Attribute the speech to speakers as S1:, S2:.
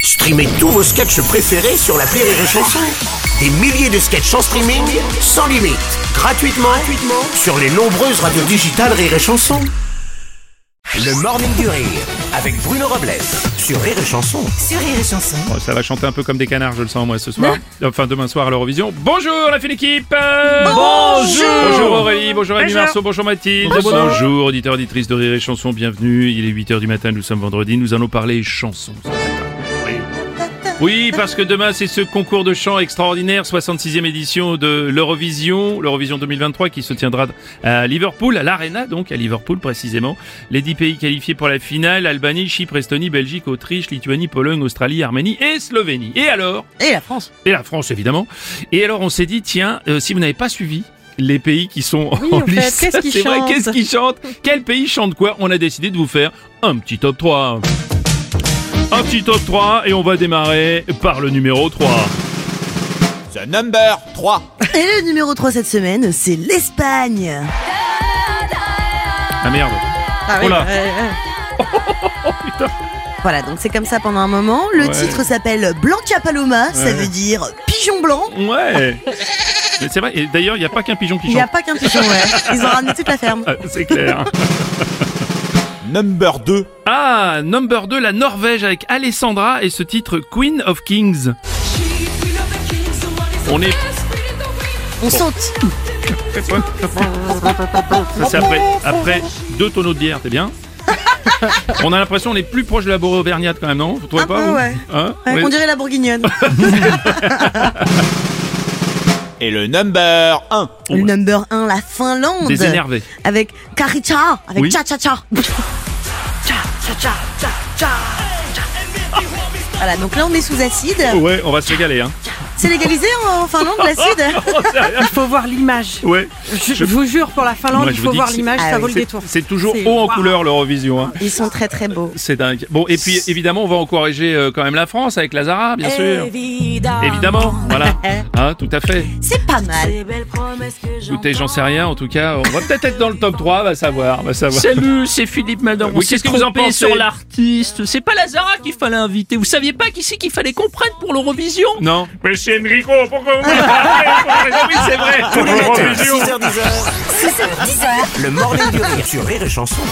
S1: Streamez tous vos sketchs préférés sur la Rire et Chanson. Des milliers de sketchs en streaming, sans limite, gratuitement, gratuitement sur les nombreuses radios digitales Rire et Chanson. Le Morning du Rire avec Bruno Robles sur Rire et Chanson.
S2: sur Rire et Chanson.
S3: Bon, ça va chanter un peu comme des canards, je le sens moi ce soir. Enfin demain soir à l'Eurovision. Bonjour la fine équipe. Euh,
S2: Bonjour.
S3: Bonjour Aurélie, bonjour Annie Marceau, bonjour Mathilde. Bonjour, auditeurs auditrices de Rire et Chanson, bienvenue. Il est 8h du matin, nous sommes vendredi, nous allons parler chansons. ce matin. Oui, Oui, parce que demain c'est ce concours de chant extraordinaire, 66e édition de l'Eurovision, l'Eurovision 2023 qui se tiendra à Liverpool, à l'Arena donc, à Liverpool précisément. Les 10 pays qualifiés pour la finale, Albanie, Chypre, Estonie, Belgique, Autriche, Lituanie, Pologne, Australie, Arménie et Slovénie. Et alors
S2: Et la France.
S3: et la France évidemment. Et alors on s'est dit tiens, euh, si vous n'avez pas suivi les pays qui sont en,
S2: en fait,
S3: lice,
S2: qu'est-ce qu'ils
S3: c'est vrai,
S2: chantent
S3: qu'est-ce qu'ils chantent Quel pays chante quoi On a décidé de vous faire un petit top 3. Un petit top 3 et on va démarrer par le numéro 3.
S4: The number 3.
S2: Et le numéro 3 cette semaine, c'est l'Espagne.
S3: Ah merde.
S2: Ah
S3: oui, Oh là.
S2: putain. Voilà, donc c'est comme ça pendant un moment. Le
S3: Oh, Ouais.
S2: titre s'appelle Blanca Paloma, ça
S3: Ouais.
S2: veut dire pigeon blanc.
S3: Ouais. Mais c'est vrai et d'ailleurs, il n'y a pas qu'un pigeon qui
S2: Il n'y a
S3: chante.
S2: pas qu'un pigeon, ouais. Ils ont ramené toute la ferme.
S3: Ah, C'est clair.
S4: Number 2.
S3: Ah, number 2 la Norvège avec Alessandra et ce titre Queen of Kings. On est
S2: On saute.
S3: Ça c'est après, après deux tonneaux de bière, t'es bien On a l'impression on est plus proche de la Borée Auvergnate quand même, non Vous trouvez
S2: Un
S3: pas
S2: peu,
S3: vous
S2: ouais.
S3: Hein
S2: Ouais,
S3: Ouais.
S2: On dirait la bourguignonne.
S4: Et le number 1.
S3: Oh,
S2: Le
S3: ouais.
S2: number 1, la Finlande.
S3: Des énervés.
S2: Avec Karicha, avec
S3: Oui.
S2: Cha Cha Cha. Cha Cha Cha Cha Cha. Voilà, donc là on est sous acide.
S3: Ouais, on va se régaler. Hein.
S2: C'est légalisé en Finlande l'acide
S5: Il faut voir l'image.
S3: Ouais.
S5: Je, je vous jure, pour la Finlande,
S3: Moi, je
S5: il
S3: vous
S5: faut
S3: dis
S5: voir
S3: que c'est-
S5: l'image,
S2: Ah
S5: ça
S2: oui.
S5: vaut le
S3: C'est-
S5: détour.
S3: C'est toujours
S5: C'est-
S3: haut en
S5: Waouh.
S3: couleur l'Eurovision. hein.
S2: Ils sont très très beaux.
S3: C'est dingue. Bon, et puis évidemment, on va encourager euh, quand même la France avec Lazara, bien sûr.
S6: Évidemment.
S3: Évidemment, voilà. Hein, tout à fait.
S2: C'est pas mal.
S6: Des belles promesses que
S3: Écoutez, j'en sais rien, en tout cas, on va peut-être être dans le top 3, va savoir, on va savoir.
S7: Salut, c'est Philippe Mador.
S3: Oui,
S7: On s'est
S3: qu'est-ce que vous en
S7: trompé
S3: pensez
S7: sur l'artiste. C'est pas Lazara qu'il fallait inviter. Vous saviez pas qui c'est qu'il fallait qu'on prenne pour l'Eurovision
S3: Non Mais c'est Enrico, pourquoi vous Oui, c'est vrai.
S1: Tous les matins, 6h10.
S2: 6h10,
S1: Le Morning du Rire sur Rire et Chanson.